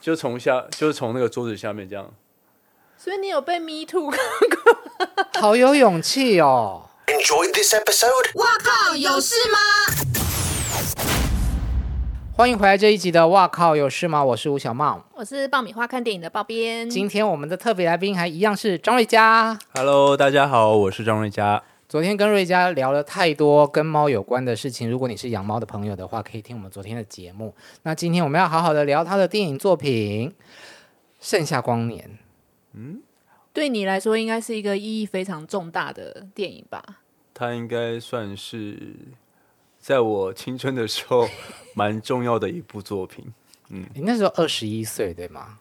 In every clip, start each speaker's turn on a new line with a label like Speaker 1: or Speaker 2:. Speaker 1: 就从下，就是从那个桌子下面这样。
Speaker 2: 所以你有被
Speaker 1: 哦
Speaker 2: me too
Speaker 3: 好有勇气哦。
Speaker 4: Enjoyed this episode?
Speaker 5: 靠，有事吗？
Speaker 3: 欢迎回来这一集的，哇靠，有事吗？我是吴小茂。
Speaker 2: 我是爆米花看电影的爆边，
Speaker 3: 今天我们的特别来宾还一样是张瑞佳。
Speaker 1: Hello，大家好，我是张瑞佳。
Speaker 3: 昨天跟瑞佳聊了太多跟猫有关的事情，如果你是养猫的朋友的话，可以听我们昨天的节目。那今天我们要好好的聊他的电影作品《盛夏光年》。
Speaker 2: 对你来说应该是一个意义非常重大的电影吧？
Speaker 1: 他应该算是在我青春的时候蛮重要的一部作品。
Speaker 3: 你那时候二十一岁对吗？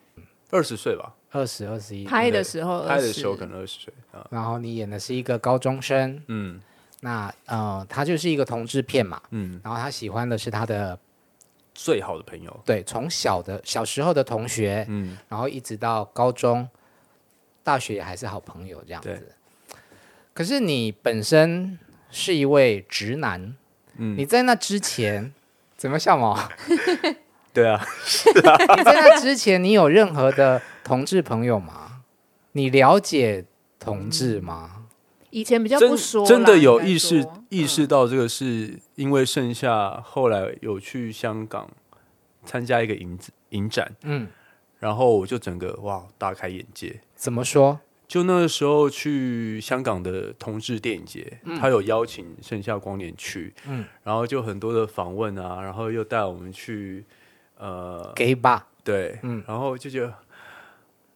Speaker 1: 二十岁吧，
Speaker 3: 二十二十一，
Speaker 2: 拍的时候，
Speaker 1: 拍的时候
Speaker 2: 20
Speaker 1: 可能二十岁啊。
Speaker 3: 然后你演的是一个高中生，
Speaker 1: 嗯
Speaker 3: 那呃，他就是一个同志片嘛，
Speaker 1: 嗯，
Speaker 3: 然后他喜欢的是他的
Speaker 1: 最好的朋友。
Speaker 3: 对从小的小时候的同学，
Speaker 1: 嗯，
Speaker 3: 然后一直到高中、大学也还是好朋友这样
Speaker 1: 对
Speaker 3: 子。可是你本身是一位直男，
Speaker 1: 嗯
Speaker 3: 你在那之前怎么笑嘛？
Speaker 1: 对啊，
Speaker 3: 你在那之前，你有任何的同志朋友吗？你了解同志
Speaker 1: 嗯
Speaker 3: 吗？
Speaker 2: 以前比较
Speaker 1: 真
Speaker 2: 不说啦，
Speaker 1: 真的有
Speaker 2: 应该
Speaker 1: 意识
Speaker 2: 说嗯
Speaker 1: 意识到这个是因为盛夏后来有去香港参加一个影子影展，
Speaker 3: 嗯，
Speaker 1: 然后我就整个哇大开眼界。
Speaker 3: 怎么说？
Speaker 1: 就那个时候去香港的同志电影节，他有邀请盛夏光年去，
Speaker 3: 嗯
Speaker 1: 然后就很多的访问啊，然后又带我们去呃
Speaker 3: gay 吧，
Speaker 1: 对，
Speaker 3: 嗯
Speaker 1: 然后就觉得，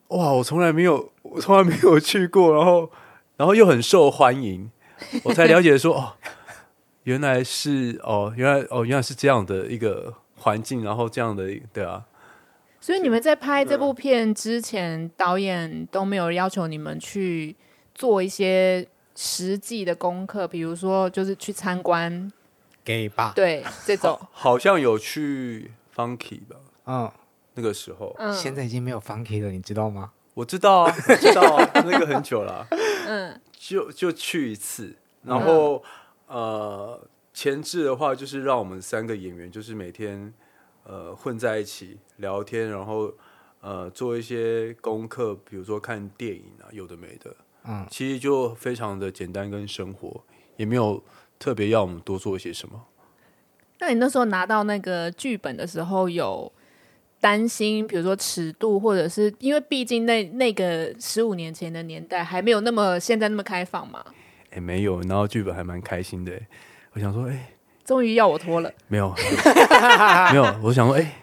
Speaker 1: 哇，我从来没有，我从来没有去过，然后，然后又很受欢 迎，我才了解说，哦，原来是哦，原来哦，原来是这样的一个环境，然后这样的一，对啊，
Speaker 2: 所以你们在拍这部片之前，导演都没有要求你们去做一些实际的功课，比如说就是去参观，
Speaker 3: gay 吧，
Speaker 2: 对这种，
Speaker 1: 好像有去 Funky 吧，
Speaker 3: 嗯，
Speaker 1: 那个时候，
Speaker 2: 嗯，
Speaker 3: 现在已经没有 funky 了，你知道吗？
Speaker 1: 我知道啊，我知道啊，那个很久了啊、
Speaker 2: 嗯，
Speaker 1: 就就去一次，然后、呃，前置的话就是让我们三个演员就是每天呃混在一起聊天，然后呃做一些功课，比如说看电影啊，有的没的，
Speaker 3: 嗯，
Speaker 1: 其实就非常的简单跟生活，也没有特别要我们多做些什么。
Speaker 2: 那你那时候拿到那个剧本的时候，有担心，比如说尺度，或者是因为毕竟那那个十五年前的年代还没有那么现在那么开放嘛？
Speaker 1: 哎，没有，然后剧本还蛮开心的欸，我想说，哎，
Speaker 2: 终于要我脱了，
Speaker 1: 没有，没有，我想说，哎。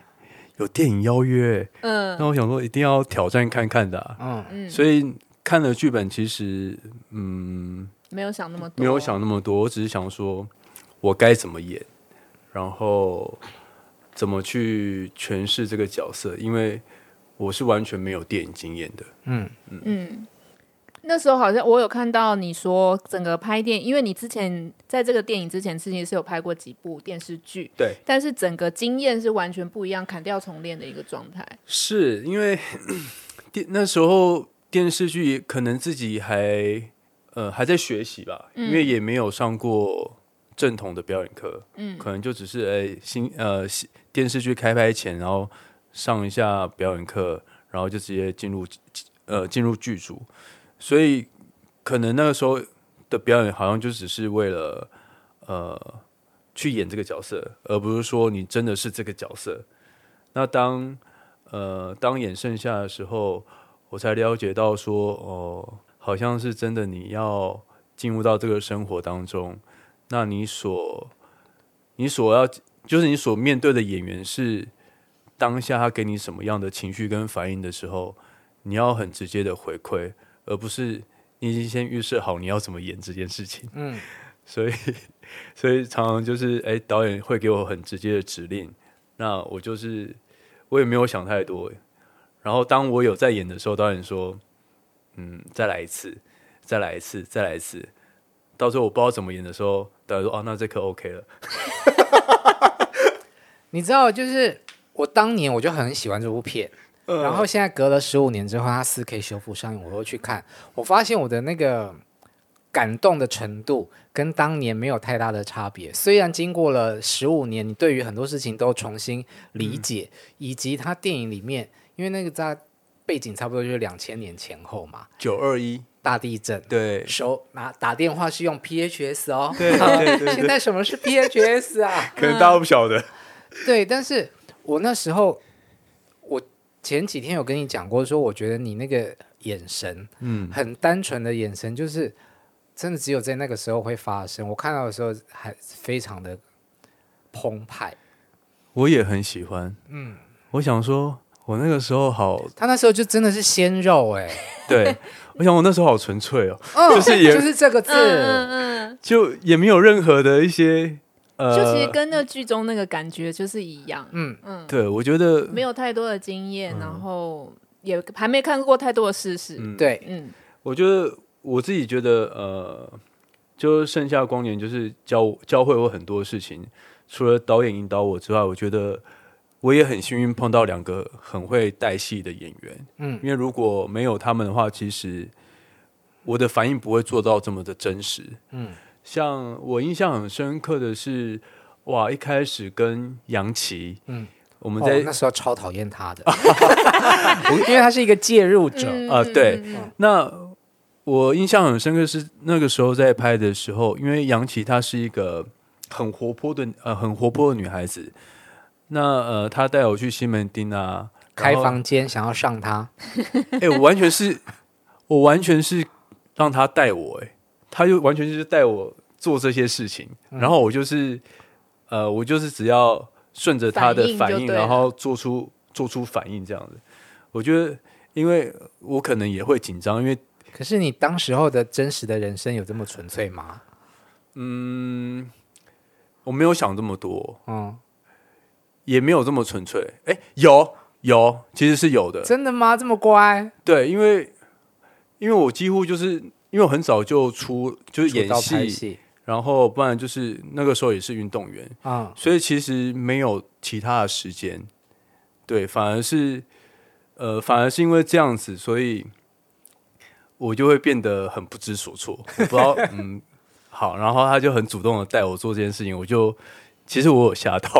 Speaker 1: 有电影邀约，
Speaker 2: 嗯，
Speaker 1: 那我想说一定要挑战看看的、啊，
Speaker 3: 嗯，
Speaker 1: 所以看了剧本，其实嗯，
Speaker 2: 没有想那么多，
Speaker 1: 没有想那么多，我只是想说我该怎么演，然后怎么去诠释这个角色，因为我是完全没有电影经验的。
Speaker 2: 嗯，那时候好像我有看到你说整个拍电影，因为你之前在这个电影之前，之前是有拍过几部电视剧，
Speaker 1: 对，
Speaker 2: 但是整个经验是完全不一样，砍掉重练的一个状态。
Speaker 1: 是因为电那时候电视剧可能自己还呃还在学习吧，因为也没有上过正统的表演课，嗯，可能就只是哎新呃新电视剧开拍前，然后上一下表演课，然后就直接进入呃进入剧组，所以可能那个时候的表演好像就只是为了呃去演这个角色，而不是说你真的是这个角色。那当呃，当演剩下的时候，我才了解到说，哦，好像是真的，你要进入到这个生活当中，那你所你所要就是你所面对的演员是当下他给你什么样的情绪跟反应的时候，你要很直接的回馈，而不是你已经先预设好你要怎么演这件事情。
Speaker 3: 嗯，
Speaker 1: 所以所以常常就是，哎、导演会给我很直接的指令，那我就是我也没有想太多。欸然后当我有在演的时候，导演说：“嗯，再来一次，再来一次，再来一次。”到时候我不知道怎么演的时候，导演说：“哦，那这颗 OK 了。
Speaker 3: 你知道，就是我当年我就很喜欢这部片，
Speaker 1: 嗯
Speaker 3: 然后现在隔了十五年之后，它四 K 修复上映，我又去看，我发现我的那个感动的程度跟当年没有太大的差别。虽然经过了十五年，你对于很多事情都重新理解，以及它电影里面，因因为那个在背景差不多就是两千年前后嘛，
Speaker 1: 九二一，
Speaker 3: 大地震。
Speaker 1: 对
Speaker 3: 手拿打电话是用 PHS 哦，
Speaker 1: 对对对
Speaker 3: 现在什么是 PHS 啊？
Speaker 1: 可能大家都不晓得。
Speaker 3: 对，但是我那时候，我前几天有跟你讲过，说我觉得你那个眼神
Speaker 1: 嗯，
Speaker 3: 很单纯的眼神，就是真的只有在那个时候会发生。我看到的时候还非常的澎湃。
Speaker 1: 我也很喜欢。嗯，我想说，我那个时候好，
Speaker 3: 他那时候就真的是鲜肉哎、
Speaker 1: 对我想我那时候好纯粹哦，
Speaker 3: 嗯
Speaker 1: 就是也
Speaker 3: 就是这个字，
Speaker 2: 嗯嗯
Speaker 1: 就也没有任何的一些
Speaker 2: 嗯，
Speaker 1: 呃，
Speaker 2: 就其实跟那剧中那个感觉就是一样，
Speaker 3: 嗯，
Speaker 2: 嗯，
Speaker 1: 对我觉得
Speaker 2: 没有太多的经验，然后也还没看过太多的事实，
Speaker 1: 嗯
Speaker 3: 对，
Speaker 2: 嗯
Speaker 1: 我觉得呃我自己觉得，呃，就剩下光年就是教教会我很多事情，除了导演引导我之外，我觉得我也很幸运碰到两个很会带戏的演员，
Speaker 3: 嗯
Speaker 1: 因为如果没有他们的话，其实我的反应不会做到这么的真实。
Speaker 3: 嗯，
Speaker 1: 像我印象很深刻的是，哇，一开始跟杨琪，
Speaker 3: 嗯
Speaker 1: 嗯，我
Speaker 3: 我
Speaker 1: 们在、
Speaker 3: 那时候超讨厌他的， 因为他是一个介入者，
Speaker 2: 嗯
Speaker 1: 啊对
Speaker 2: 嗯嗯嗯
Speaker 1: 那我印象很深刻是那个时候在拍的时候，因为杨琪她是一个很活泼的呃很活泼的女孩子，那呃她带我去西门町啊，
Speaker 3: 开
Speaker 1: 然后，
Speaker 3: 房间想要上他，
Speaker 1: 哎、我完全是我完全是让她带我、哎，她就完全就是带我做这些事情，
Speaker 2: 嗯
Speaker 1: 然后我就是呃我就是只要顺着她的
Speaker 2: 反
Speaker 1: 反
Speaker 2: 应就
Speaker 1: 应，
Speaker 2: 对了
Speaker 1: 然后做出做出反应这样子，我觉得因为我可能也会紧张，因为
Speaker 3: 可是你当时候的真实的人生有这么纯粹吗？
Speaker 1: 嗯，我没有想这么多，
Speaker 3: 嗯，
Speaker 1: 也没有这么纯粹。哎，有有，其实是有的。
Speaker 3: 真的吗？这么乖？
Speaker 1: 对，因为因为我几乎就是因为我很早就出就是演
Speaker 3: 出道拍
Speaker 1: 戏，
Speaker 3: 戏
Speaker 1: 然后不然就是那个时候也是运动员，
Speaker 3: 啊、
Speaker 1: 所以其实没有其他的时间。对，反而是呃，反而是因为这样子，所以我就会变得很不知所措，我不知 道嗯。好，然后他就很主动的带我做这件事情，我就其实我有吓到，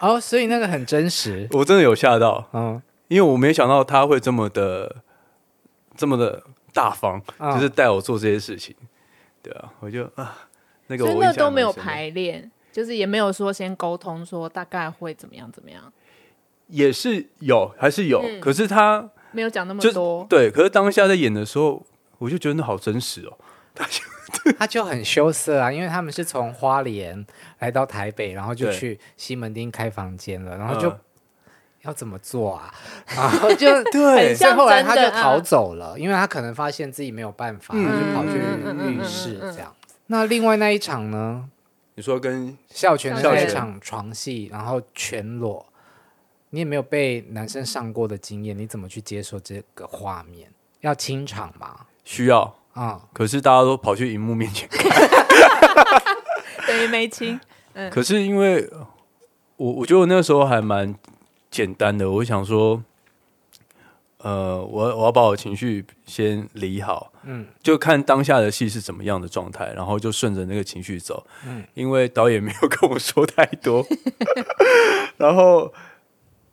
Speaker 3: 哦，所以那个很真实。
Speaker 1: 我真的有吓到，
Speaker 3: 嗯，
Speaker 1: 因为我没想到他会这么的这么的大方，
Speaker 3: 啊
Speaker 1: 就是带我做这些事情。对啊，我就啊，那个
Speaker 2: 嗯所
Speaker 1: 我
Speaker 2: 以
Speaker 1: 印
Speaker 2: 那
Speaker 1: 象
Speaker 2: 都没有
Speaker 1: 蛮深的
Speaker 2: 排练，就是也没有说先沟通说大概会怎么样怎么样，
Speaker 1: 也是有，还是有，可是他
Speaker 2: 没有讲嗯那么
Speaker 1: 就
Speaker 2: 多，
Speaker 1: 对，可是当下在演的时候，我就觉得那好真实哦。
Speaker 3: 他就很羞涩啊，因为他们是从花莲来到台北，然后就
Speaker 1: 对
Speaker 3: 去西门町开房间了，然后就、
Speaker 1: 嗯
Speaker 3: 要怎么做啊？然后就
Speaker 1: 对
Speaker 3: 最后来他就
Speaker 2: 像真的啊
Speaker 3: 逃走了，嗯因为他可能发现自己没有办法，
Speaker 1: 嗯
Speaker 3: 他就跑去
Speaker 2: 嗯嗯嗯嗯嗯
Speaker 3: 浴室这样。那另外那一场呢？
Speaker 1: 你说跟
Speaker 3: 孝全的
Speaker 1: 孝
Speaker 3: 那一
Speaker 1: 全
Speaker 3: 场床戏，然后全裸，你也没有被男生上过的经验，你怎么去接受这个画面？要清场吗？
Speaker 1: 需要，
Speaker 3: 啊、
Speaker 1: 可是大家都跑去荧幕面前看，
Speaker 2: 等于没亲。
Speaker 1: 可是因为我我觉得我那时候还蛮简单的，我想说，呃，我我要把我情绪先理好，嗯，就看当下的戏是怎么样的状态，然后就顺着那个情绪走，嗯，因为导演没有跟我说太 多，然后。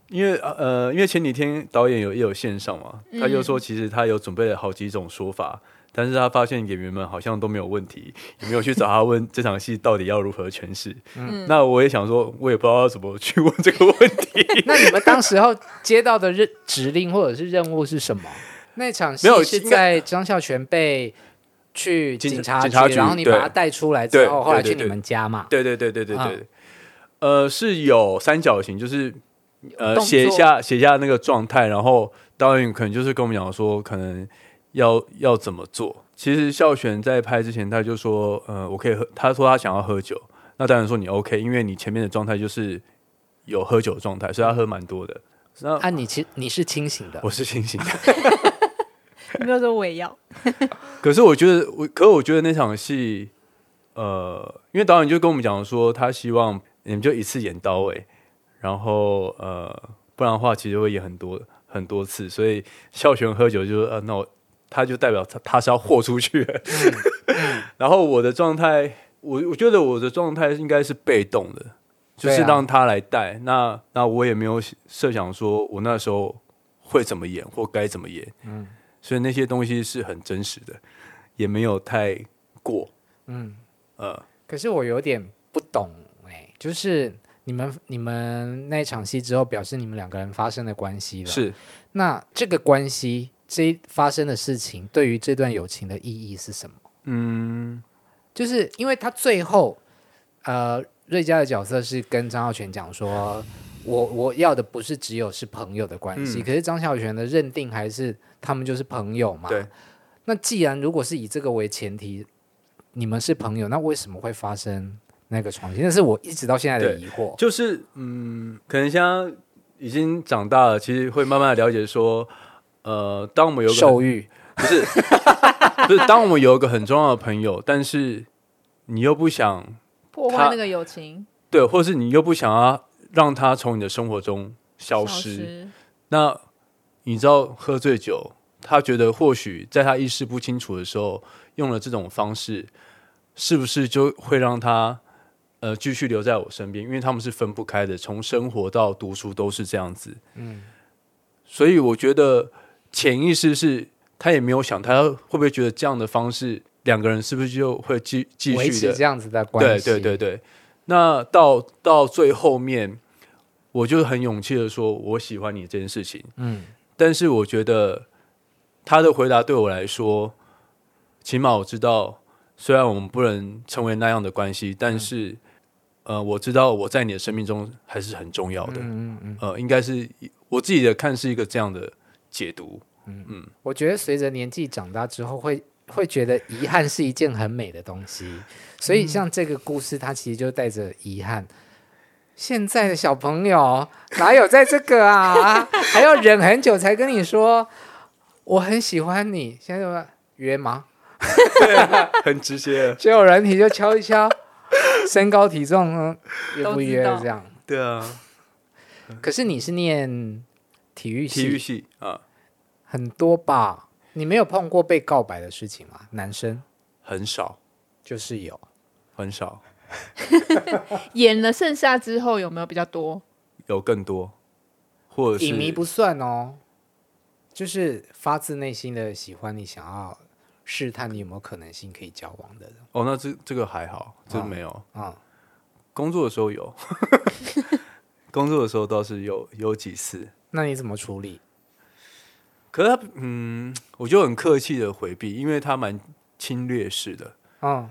Speaker 1: 因为呃，因为前几天导演有也有线上嘛，他就说其实他有准备了好几种说法，但是他发现演员们好像都没有问题，也没有去找他问这场戏到底要如何诠释。
Speaker 2: 嗯
Speaker 1: 那我也想说，我也不知道要怎么去问这个问 题。
Speaker 3: 那你们当时候接到的任指令或者是任务是什么？那场戏
Speaker 1: 没有
Speaker 3: 是
Speaker 1: 应该
Speaker 3: 在张孝全被去
Speaker 1: 警
Speaker 3: 警察
Speaker 1: 警察局
Speaker 3: 然后你
Speaker 1: 对
Speaker 3: 把他带出来之
Speaker 1: 对
Speaker 3: 后，后来
Speaker 1: 对
Speaker 3: 去
Speaker 1: 对
Speaker 3: 你们家嘛？
Speaker 1: 对对对对对对，
Speaker 3: 啊
Speaker 1: 呃，是有三角形，就是呃
Speaker 2: 动作
Speaker 1: 写下写下那个状态，然后导演可能就是跟我们讲说，可能要要怎么做。其实孝璇在拍之前，他就说，呃，我可以喝，他说他想要喝酒，那当然说你 OK，因为你前面的状态就是有喝酒的状态，所以他喝蛮多的。那
Speaker 3: 啊，你其你是清醒的
Speaker 1: 我是清醒的。
Speaker 2: 你没有说我也要，
Speaker 1: 可是我觉得，我可我觉得那场戏，呃，因为导演就跟我们讲说，他希望你们就一次演到位，然后呃，不然的话其实会演很多很多次，所以孝玄喝酒就是呃，那我他就代表他他是要豁出去的，
Speaker 3: 嗯
Speaker 1: 然后我的状态，我我觉得我的状态应该是被动的，就是
Speaker 3: 对啊
Speaker 1: 让他来带。那那我也没有设想说我那时候会怎么演或该怎么演，嗯，所以那些东西是很真实的，也没有太过，嗯，呃，
Speaker 3: 可是我有点不懂哎、就是你们你们那一场戏之后，表示你们两个人发生了关系了。，
Speaker 1: 是
Speaker 3: 那这个关系这一发生的事情，对于这段友情的意义是什么？
Speaker 1: 嗯
Speaker 3: 就是因为他最后，呃，瑞佳的角色是跟张浩全讲说，我我要的不是只有是朋友的关系，
Speaker 1: 嗯
Speaker 3: 可是张小泉的认定还是他们就是朋友嘛。
Speaker 1: 对。
Speaker 3: 那既然如果是以这个为前提，你们是朋友，那为什么会发生那个床戏？那是我一直到现在的
Speaker 1: 对
Speaker 3: 疑惑。
Speaker 1: 就是嗯，可能现在已经长大了，其实会慢慢地了解说，呃，当我们有个
Speaker 3: 受欲，
Speaker 1: 不是不是，当我们有一个很重要的朋友，但是你又不想
Speaker 2: 破坏
Speaker 1: 他
Speaker 2: 那个友情，
Speaker 1: 对，或是你又不想要让他从你的生活中消
Speaker 2: 消
Speaker 1: 失，那你知道喝醉酒，他觉得或许在他意识不清楚的时候，用了这种方式，是不是就会让他呃继续留在我身边？因为他们是分不开的，从生活到读书都是这样子。嗯，所以我觉得潜意识是他也没有想，他会不会觉得这样的方式，两个人是不是就会继继
Speaker 3: 维
Speaker 1: 续
Speaker 3: 持
Speaker 1: 的
Speaker 3: 这样子的关
Speaker 1: 对
Speaker 3: 系。
Speaker 1: 对对对，那到到最后面，我就很勇气的说，我喜欢你这件事情。
Speaker 3: 嗯，
Speaker 1: 但是我觉得他的回答对我来说，起码我知道，虽然我们不能成为那样的关系，但是、
Speaker 3: 嗯
Speaker 1: 呃，我知道我在你的生命中还是很重要的。
Speaker 3: 嗯嗯嗯。
Speaker 1: 呃，应该是我自己的看是一个这样的解读。
Speaker 3: 我觉得随着年纪长大之后会。会觉得遗憾是一件很美的东西，所以像这个故事，它其实就带着遗憾。现在的小朋友哪有在这个啊？还要忍很久才跟你说我很喜欢你。现在就说约吗？
Speaker 1: 很直接，
Speaker 3: 只有人体就敲一敲，身高体重呢约不约
Speaker 2: 都知道
Speaker 3: 这样？
Speaker 1: 对啊，
Speaker 3: 可是你是念体育系，
Speaker 1: 体育系啊、
Speaker 3: 很多吧？你没有碰过被告白的事情吗？男生
Speaker 1: 很少
Speaker 3: 就是有。
Speaker 1: 很少，
Speaker 2: 演了剩下之后有没有比较多？
Speaker 1: 有更多，或者是
Speaker 3: 影迷不算哦，就是发自内心的喜欢你，想要试探你有没有可能性可以交往的
Speaker 1: 哦，那这这个还好，这没有。
Speaker 3: 啊、
Speaker 1: 工作的时候有，工作的时候倒是有有几次。
Speaker 3: 那你怎么处理？
Speaker 1: 可是他，嗯，我就很客气的回避，因为他蛮侵略式的，
Speaker 3: 嗯，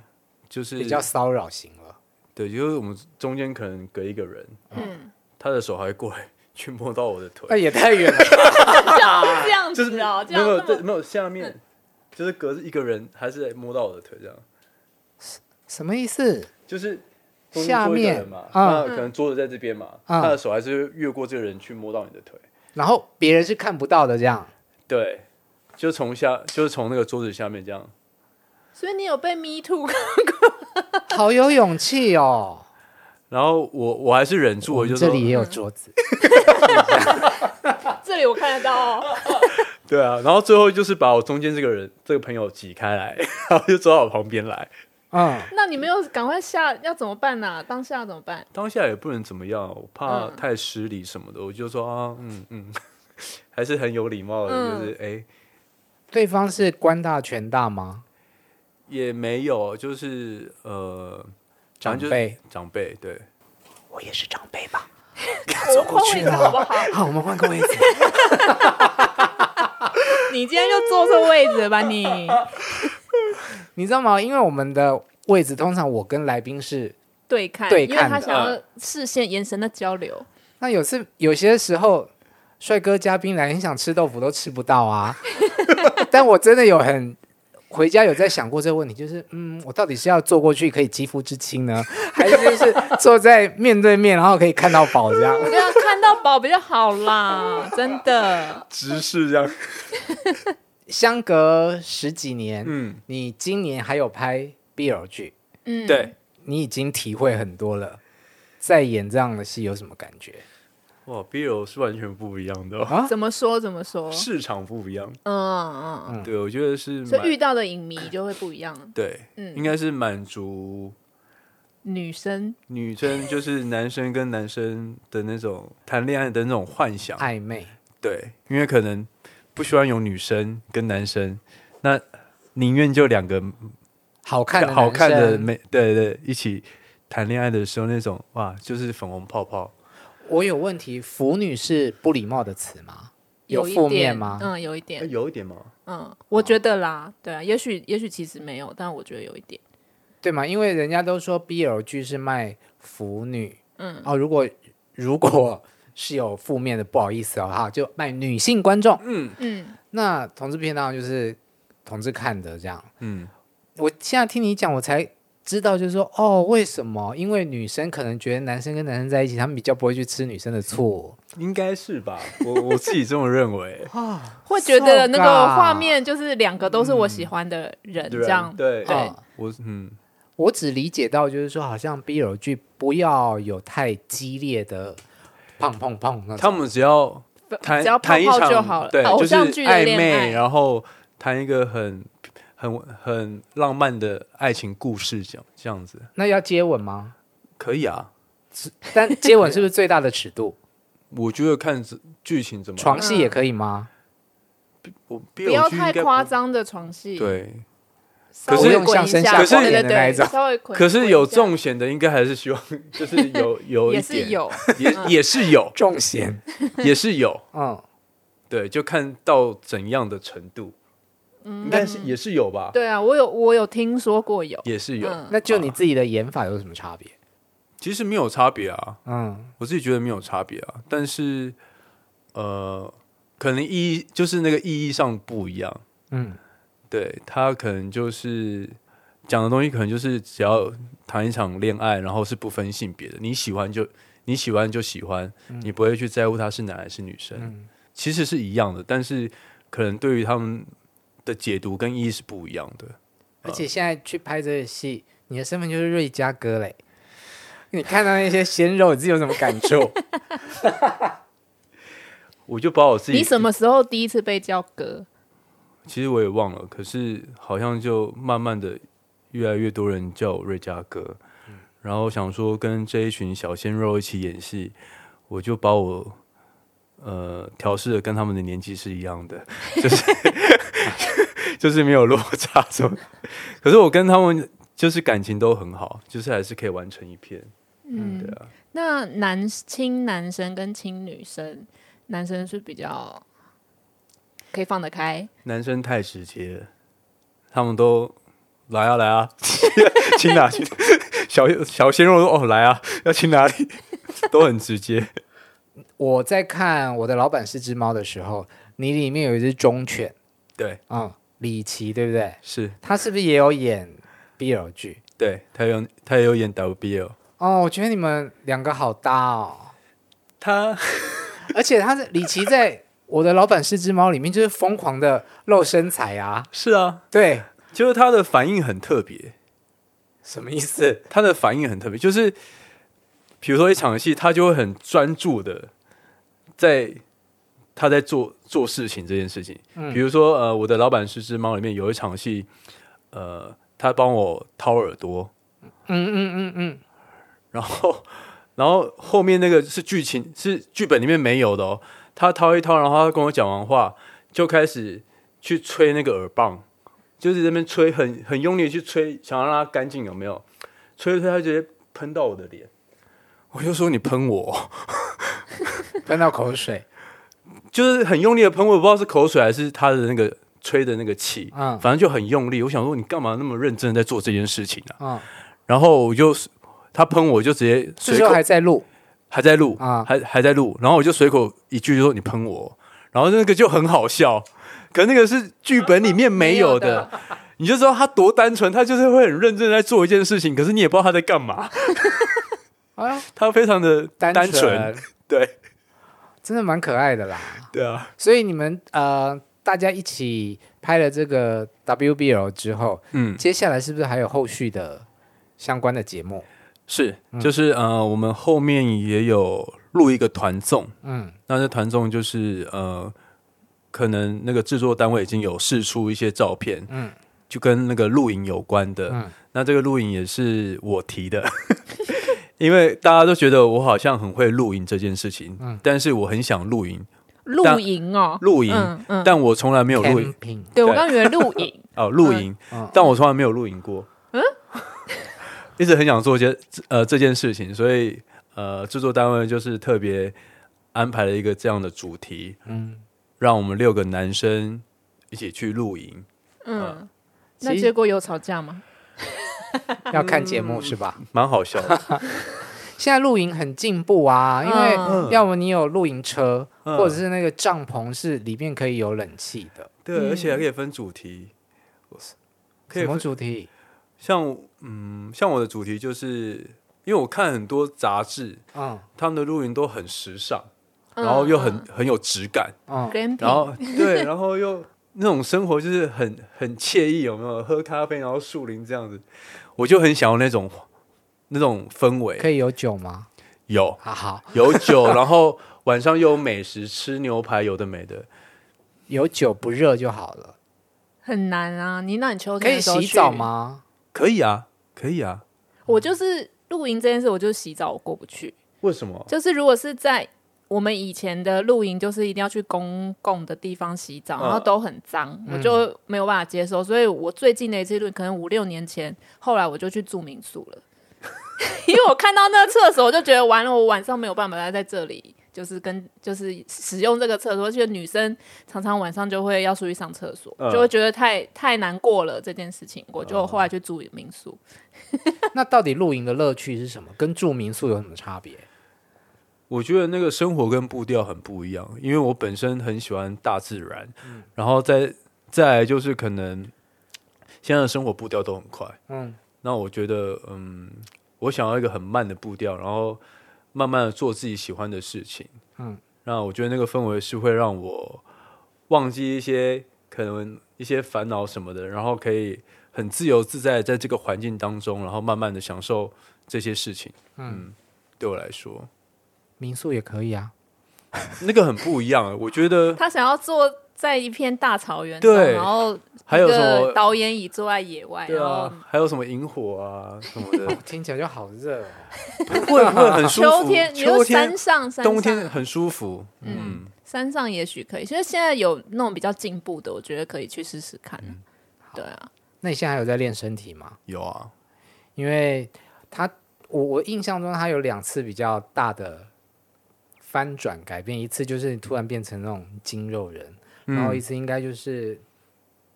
Speaker 1: 就是
Speaker 3: 比较骚扰型了。
Speaker 1: 对，就是我们中间可能隔一个人，
Speaker 2: 嗯，
Speaker 1: 他的手还过来去摸到我的腿，
Speaker 3: 那也太远了，
Speaker 2: 嗯 这 样
Speaker 1: 就是
Speaker 2: 子哦，这
Speaker 1: 没
Speaker 2: 样
Speaker 1: 有
Speaker 2: 那
Speaker 1: 对
Speaker 2: 么
Speaker 1: 没有下面，就是隔着一个人还是摸到我的腿这样，
Speaker 3: 什么意思？
Speaker 1: 就是。中间
Speaker 3: 下
Speaker 1: 坐一个
Speaker 3: 面
Speaker 1: 人嘛，
Speaker 3: 啊
Speaker 1: 那可能桌子在这边嘛，
Speaker 3: 啊
Speaker 1: 他的手还是越过这个人去摸到你的腿，
Speaker 3: 然后别人是看不到的，这样
Speaker 1: 对，就从下，就是从那个桌子下面这样
Speaker 2: 所以你有被 me too
Speaker 3: 好有勇气哦。
Speaker 1: 然后我我还是忍住，我
Speaker 3: 们
Speaker 1: 就
Speaker 3: 这
Speaker 1: 说
Speaker 3: 里也有桌子，
Speaker 2: 这里我看得到哦，
Speaker 1: 对啊，然后最后就是把我中间这个人这个朋友挤开来， 然后就走到我旁边来。
Speaker 3: 嗯，
Speaker 2: 那你没有赶快下要怎么办呢、当下要怎么办？
Speaker 1: 当下也不能怎么样，我怕
Speaker 2: 嗯
Speaker 1: 太失礼什么的，我就说啊，嗯嗯， 还是很有礼貌的，
Speaker 2: 嗯
Speaker 1: 就是哎
Speaker 3: 对方是官大权大吗？
Speaker 1: 也没有，就是呃，反
Speaker 3: 长
Speaker 1: 正就是
Speaker 3: 辈，
Speaker 1: 长辈对，
Speaker 3: 我也是长辈吧。
Speaker 2: 我换
Speaker 1: 啊
Speaker 2: 位置好不好？
Speaker 3: 好，我们换个位置。
Speaker 2: 你今天就坐错位置了吧你？
Speaker 3: 你知道吗？因为我们的位置通常我跟来宾是
Speaker 2: 对看，
Speaker 3: 对
Speaker 2: 因
Speaker 3: 看
Speaker 2: 为他想
Speaker 1: 嗯
Speaker 2: 要视线眼神的交流，
Speaker 3: 那有次有些时候，帅哥嘉宾来很想吃豆腐都吃不到啊。 但我真的有很回家有在想过这个问题，就是嗯，我到底是要坐过去可以肌肤之亲呢，还是就是坐在面对面，然后可以看到宝这样？
Speaker 2: 对啊，看到宝比较好 啦，真的。
Speaker 1: 直视这样，
Speaker 3: 相隔十几年，
Speaker 1: 嗯，
Speaker 3: 你今年还有拍 BL 剧，
Speaker 2: 嗯，
Speaker 1: 对，
Speaker 3: 你已经体会很多了。再演这样的戏有什么感觉？
Speaker 1: 哇，BL 是完全不一样的哦、
Speaker 2: 怎么说怎么 说？
Speaker 1: 市场不一样，
Speaker 2: 嗯哦嗯，
Speaker 1: 对我觉得是
Speaker 2: 所
Speaker 1: 蛮
Speaker 2: 嗯
Speaker 1: 嗯
Speaker 2: 以遇到的影迷就会不一样。
Speaker 1: 对，
Speaker 2: 嗯
Speaker 1: 应该是满足
Speaker 2: 女生
Speaker 1: 女生就是男生跟男生的那种谈恋爱的那种幻想，
Speaker 3: 暧昧，
Speaker 1: 对，因为可能不喜欢有女生跟男生，那宁愿就两个
Speaker 3: 好看的
Speaker 1: 好看
Speaker 3: 男
Speaker 1: 的
Speaker 3: 生
Speaker 1: 美，对对，一起谈恋爱的时候那种哇，就是粉红泡泡，
Speaker 3: 我有问题，腐女是不礼貌的词吗？
Speaker 2: 一点
Speaker 3: 负面吗？
Speaker 2: 嗯，有一点，
Speaker 1: 哎有一点吗？
Speaker 2: 嗯，我觉得啦，对啊，也许也许其实没有，但我觉得有一点，
Speaker 3: 对吗？因为人家都说 BL 剧是卖腐女，
Speaker 2: 嗯，
Speaker 3: 哦，如果如果是有负面的，不好意思哦，哈，就卖女性观众。
Speaker 1: 嗯
Speaker 2: 嗯，
Speaker 3: 那同志片当然就是同志看的这样。
Speaker 1: 嗯，
Speaker 3: 我现在听你讲，我才知道，就是说，哦，为什么？因为女生可能觉得男生跟男生在一起，他们比较不会去吃女生的醋，
Speaker 1: 应该是吧，我我自己这么认为
Speaker 3: 啊，
Speaker 2: 会觉得那个
Speaker 3: 受噶
Speaker 2: 画面就是两个都是我喜欢的人
Speaker 1: 嗯对啊
Speaker 2: 这样，
Speaker 1: 对
Speaker 2: 对
Speaker 3: 哦
Speaker 1: 我嗯，
Speaker 3: 我只理解到，就是说，好像 BL 剧不要有太激烈的砰砰砰那种。
Speaker 1: 他们只要谈
Speaker 2: 只要泡
Speaker 1: 谈一
Speaker 2: 泡
Speaker 1: 场
Speaker 2: 就好了，
Speaker 1: 对，
Speaker 2: 偶
Speaker 1: 就是
Speaker 2: 像剧的
Speaker 1: 暧
Speaker 2: 恋
Speaker 1: 昧，
Speaker 2: 爱，
Speaker 1: 然后谈一个很很很浪漫的爱情故事，这样这样子
Speaker 3: 那要接吻吗？
Speaker 1: 可以啊。
Speaker 3: 但接吻是不是最大的尺 度？
Speaker 1: 我觉得看这剧情怎么
Speaker 3: 床戏也可以吗？
Speaker 1: 我
Speaker 2: 不要太夸。张的床戏，
Speaker 1: BL 剧应该不，对，可是
Speaker 2: 稍微滚一
Speaker 3: 像生
Speaker 2: 下
Speaker 1: 下可是
Speaker 2: 对对
Speaker 3: 的那一
Speaker 2: 对，
Speaker 3: 种
Speaker 2: 稍微滚
Speaker 1: 可是有
Speaker 2: 滚一下
Speaker 1: 重险的，应该还是希望 就是有有嗯一
Speaker 2: 也是
Speaker 1: 点，
Speaker 2: 有，
Speaker 1: 也也是 有，
Speaker 3: 重咸，
Speaker 1: 也是有，
Speaker 3: 嗯，
Speaker 1: 对，就看到怎样的程度，应该是也是有吧，
Speaker 2: 对啊，我有我有听说过 有，
Speaker 1: 也是有，
Speaker 2: 嗯
Speaker 3: 那就你自己的演法有什么差别？
Speaker 1: 其实没有差别啊，
Speaker 3: 嗯，
Speaker 1: 我自己觉得没有差别啊，但是呃，可能意义就是那个意义上不一样。
Speaker 3: 嗯，
Speaker 1: 对他可能就是讲的东西，可能就是只要谈一场恋爱，然后是不分性别的，你喜欢就你喜欢就喜欢，你不会去在乎他是男还是女生，其实是一样的，但是可能对于他们的解读跟意义是不一样的。
Speaker 3: 而且现在去拍这个戏，你的身份就是瑞嘉哥嘞。你看到那些鲜肉，你自己有什么感触？
Speaker 1: 我就把我自己
Speaker 2: 你什么时候第一次被叫哥？
Speaker 1: 其实我也忘了，可是好像就慢慢的越来越多人叫我瑞嘉哥，然后想说跟这一群小鲜肉一起演戏，我就把我呃调试的跟他们的年纪是一样的， 就是就是没有落差什么，可是我跟他们就是感情都很好，就是还是可以完成一片，嗯，对啊，
Speaker 2: 那男亲男生跟亲女生，男生是比较可以放得开，
Speaker 1: 男生太直接了，他们都来啊来啊， 亲哪去？ 小小鲜肉说哦来啊，要亲哪里？ 都很直接。
Speaker 3: 我在看我的老板是只猫的时候，你里面有一只忠犬，
Speaker 1: 对，
Speaker 3: 嗯，李琦对不对？
Speaker 1: 是，
Speaker 3: 他是不是也有演 BL 剧？
Speaker 1: 对他有他也有演 WBL，
Speaker 3: 哦，我觉得你们两个好搭哦，
Speaker 1: 他
Speaker 3: 而且他是李琦在《我的老板是只猫》里面就是疯狂的露身材啊，
Speaker 1: 是啊，
Speaker 3: 对，
Speaker 1: 就是他的反应很特别，
Speaker 3: 什么意思？
Speaker 1: 他的反应很特别，就是比如说一场戏，他就会很专注的在他在做做事情这件事情。
Speaker 3: 嗯
Speaker 1: 比如说呃，我的老板是只猫里面有一场戏，呃，他帮我掏耳朵，
Speaker 3: 嗯嗯嗯嗯，
Speaker 1: 然后然后后面那个是剧情是剧本里面没有的哦。他掏一掏，然后他跟我讲完话，就开始去吹那个耳棒，就是在那边吹很很用力地去吹，想要让它干净，有没有？吹一吹，他直接喷到我的脸。我就说你喷我，
Speaker 3: 喷到口水，
Speaker 1: 就是很用力的喷，我也不知道是口水还是他的那个吹的那个气，
Speaker 3: 嗯
Speaker 1: 反正就很用力。我想说你干嘛那么认真的在做这件事情啊？
Speaker 3: 嗯，
Speaker 1: 然后我就他喷我就直接
Speaker 3: 这
Speaker 1: 随
Speaker 3: 时
Speaker 1: 口
Speaker 3: 候还在录，
Speaker 1: 还在录
Speaker 3: 啊
Speaker 1: 还还在录，然后我就随口一句就说你喷我，然后那个就很好笑，可那个是剧本里面没有
Speaker 2: 没有
Speaker 1: 的，你就知道他多单纯，他就是会很认真地在做一件事情，可是你也不知道他在干嘛，
Speaker 3: 哎呦，
Speaker 1: 他非常的
Speaker 3: 单
Speaker 1: 纯，对
Speaker 3: 真的蛮可爱的啦。
Speaker 1: 对啊，
Speaker 3: 所以你们呃，大家一起拍了这个 WBL 之后，
Speaker 1: 嗯，
Speaker 3: 接下来是不是还有后续的相关的节目？
Speaker 1: 是，
Speaker 3: 嗯
Speaker 1: 就是呃，我们后面也有录一个团综，
Speaker 3: 嗯，
Speaker 1: 那这团综就是呃，可能那个制作单位已经有试出一些照片，嗯，就跟那个露营有关的。
Speaker 3: 嗯
Speaker 1: 那这个露营也是我提的， 因为大家都觉得我好像很会露营这件事情，
Speaker 3: 嗯
Speaker 1: 但是我很想露营，
Speaker 2: 露营哦，
Speaker 1: 露营，
Speaker 2: 嗯嗯，
Speaker 1: 但我从来没有露营
Speaker 3: ，camping，
Speaker 2: 对我
Speaker 1: 对
Speaker 2: 刚以为露营，
Speaker 1: 哦，露营，
Speaker 3: 嗯
Speaker 1: 但我从来没有露营过。嗯， 一直很想做一件呃这件事情，所以呃制作单位就是特别安排了一个这样的主题，
Speaker 3: 嗯，
Speaker 1: 让我们六个男生一起去露营。
Speaker 2: 嗯，那
Speaker 1: 其实
Speaker 2: 结果有吵架吗？
Speaker 3: 要看节目是吧？
Speaker 1: 蛮好笑 的，
Speaker 3: 现在露营很进步啊，因
Speaker 2: 嗯
Speaker 3: 为要么你有露营车，
Speaker 1: 嗯
Speaker 3: 或者是那个帐篷是里面可以有冷气的。
Speaker 1: 对，而且还可以分主题，可以
Speaker 3: 什么
Speaker 1: 分
Speaker 3: 主题？
Speaker 1: 像嗯，像我的主题就是，因为我看很多杂志，
Speaker 3: 嗯
Speaker 1: 他们的露营都很时尚，
Speaker 2: 嗯
Speaker 1: 然后又很很有质感，
Speaker 3: 嗯，
Speaker 1: 然
Speaker 2: glamping，
Speaker 1: 后对，然后又那种生活就是很很惬意，有没有？喝咖啡，然后树林这样子，我就很想要那种那种氛围。
Speaker 3: 可以有酒吗？
Speaker 1: 有
Speaker 3: 好好，
Speaker 1: 有酒，然后晚上又有美食，吃牛排，有的没的。
Speaker 3: 有酒不热就好了。
Speaker 2: 很难啊。你那你秋
Speaker 3: 可
Speaker 2: 天
Speaker 3: 以
Speaker 2: 的时候
Speaker 3: 洗
Speaker 2: 去
Speaker 3: 澡？吗？
Speaker 1: 可以啊，可以啊。
Speaker 2: 我就是露营这件事，我就是洗澡我过不去。
Speaker 1: 为什么？
Speaker 2: 就是如果是在我们以前的露营，就是一定要去公共的地方洗澡，
Speaker 1: 嗯
Speaker 2: 然后都很脏，我就没有办法接受。所以我最近的一次露营，可能五六年前，后来我就去住民宿了， 因为我看到那个厕所，我就觉得完了，我晚上没有办法待在这里。就是跟就是使用这个厕所，而且女生常常晚上就会要出去上厕所，
Speaker 1: 嗯
Speaker 2: 就会觉得太太难过了这件事情，我就后来去住民宿。
Speaker 3: 那到底露营的乐趣是什么？跟住民宿有什么差别？
Speaker 1: 我觉得那个生活跟步调很不一样，因为我本身很喜欢大自然，
Speaker 3: 嗯
Speaker 1: 然后再再来就是可能现在的生活步调都很快，
Speaker 3: 嗯，
Speaker 1: 那我觉得嗯，我想要一个很慢的步调，然后慢慢的做自己喜欢的事情，
Speaker 3: 嗯，
Speaker 1: 那我觉得那个氛围是会让我忘记一些可能一些烦恼什么的，然后可以很自由自在地在这个环境当中，然后慢慢的享受这些事情，嗯，对我来说。
Speaker 3: 民宿也可以啊。
Speaker 1: 那个很不一样，我觉 得
Speaker 2: 他想要坐在一片大草原上，
Speaker 1: 对
Speaker 2: 然后
Speaker 1: 还有
Speaker 2: 一
Speaker 1: 什
Speaker 2: 个
Speaker 1: 么
Speaker 2: 导演椅坐在野外，
Speaker 1: 对
Speaker 2: 然后
Speaker 1: 啊，还有什么萤火啊什么 的，
Speaker 3: 听起来就好热哦。
Speaker 1: 会不会很舒服？
Speaker 2: 秋天，你就
Speaker 1: 秋天
Speaker 2: 山上，山上
Speaker 1: 冬天很舒服，嗯，
Speaker 2: 山上也许可以，其实现在有那种比较进步的，我觉得可以去试试看。
Speaker 1: 嗯
Speaker 2: 对啊，
Speaker 3: 那你现在还有在练身体吗？
Speaker 1: 有啊，
Speaker 3: 因为他，我我印象中他有两次比较大的翻转改变，一次就是你突然变成那种筋肉人，然
Speaker 1: 嗯
Speaker 3: 后一次应该就是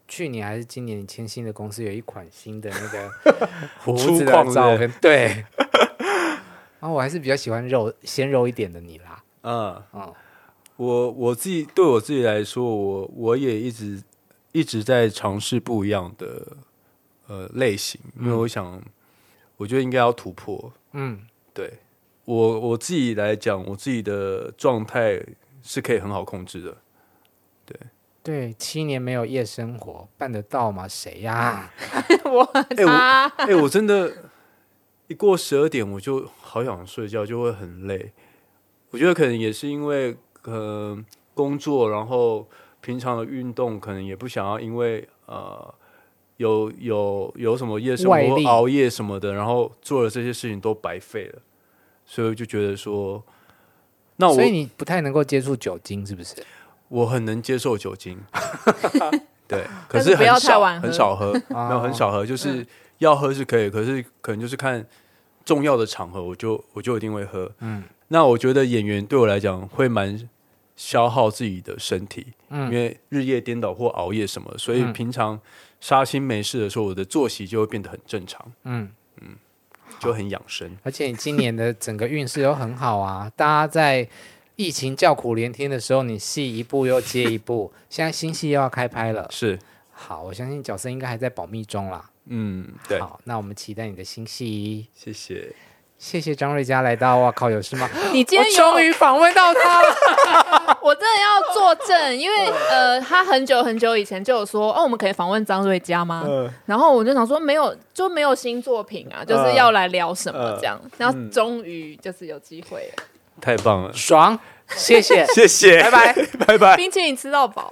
Speaker 3: 去年还是今年你签新的公司有一款新的 那个胡子
Speaker 1: 粗
Speaker 3: 的
Speaker 1: 犷是
Speaker 3: 照
Speaker 1: 不
Speaker 3: 片，对。然后我还是比较喜欢肉鲜肉一点的你啦，
Speaker 1: 嗯，
Speaker 3: 嗯
Speaker 1: 我我自己对我自己来说，我我也一直一直在尝试不一样的呃类型，因为我想，我觉得应该要突破。
Speaker 3: 嗯，
Speaker 1: 对我我自己来讲，我自己的状态是可以很好控制的。
Speaker 3: 对，七年没有夜生活，办得到吗？谁呀、
Speaker 2: 我
Speaker 1: 哎我
Speaker 2: 他
Speaker 1: 哎、我真的一过十二点，我就好想睡觉，就会很累。我觉得可能也是因为呃工作，然后平常的运动，可能也不想要因为呃有有有什么夜生
Speaker 3: 外力
Speaker 1: 活、熬夜什么的，然后做了这些事情都白费了，所以我就觉得说，那我
Speaker 3: 所以你不太能够接触酒精，是不是？
Speaker 1: 我很能接受酒 精，对，可
Speaker 2: 但是
Speaker 1: 是
Speaker 2: 不要
Speaker 1: 很
Speaker 2: 太
Speaker 1: 少
Speaker 2: 晚喝嗯
Speaker 1: 很少喝，
Speaker 3: 哦
Speaker 1: 没有很少喝，就是要喝是可以，可是可能就是看重要的场合，我就我就一定会喝。嗯，那我觉得演员对我来讲会蛮消耗自己的身体，
Speaker 3: 嗯
Speaker 1: 因为日夜颠倒或熬夜什么，所以平常杀青没事的时候，我的作息就会变得很正常，
Speaker 3: 嗯，
Speaker 1: 就很养生。
Speaker 3: 而且你今年的整个运势都很好啊，大家在疫情叫苦连天的时候，你戏一部又接一部，现在新戏又要开拍了。
Speaker 1: 是，
Speaker 3: 好，我相信角色应该还在保密中啦。
Speaker 1: 嗯，对，
Speaker 3: 好，那我们期待你的新戏。
Speaker 1: 谢谢。
Speaker 3: 谢谢张瑞佳来到，哇靠，有事吗？
Speaker 2: 你今
Speaker 3: 我
Speaker 2: 天
Speaker 3: 终
Speaker 2: 有，
Speaker 3: 于访问到他了。
Speaker 1: 啊
Speaker 2: 我真的要作证，因为呃，他很久很久以前就有说，哦，我们可以访问张瑞佳吗？
Speaker 1: 嗯
Speaker 2: 然后我就想说，没有，就没有新作品啊，
Speaker 1: 嗯
Speaker 2: 就是要来聊什么这样。然后终于就是有机会了，
Speaker 1: 太棒了，
Speaker 3: 爽，谢谢，
Speaker 1: 谢谢，嗯
Speaker 3: 拜拜。
Speaker 1: 拜拜。
Speaker 2: 冰淇淋吃到饱。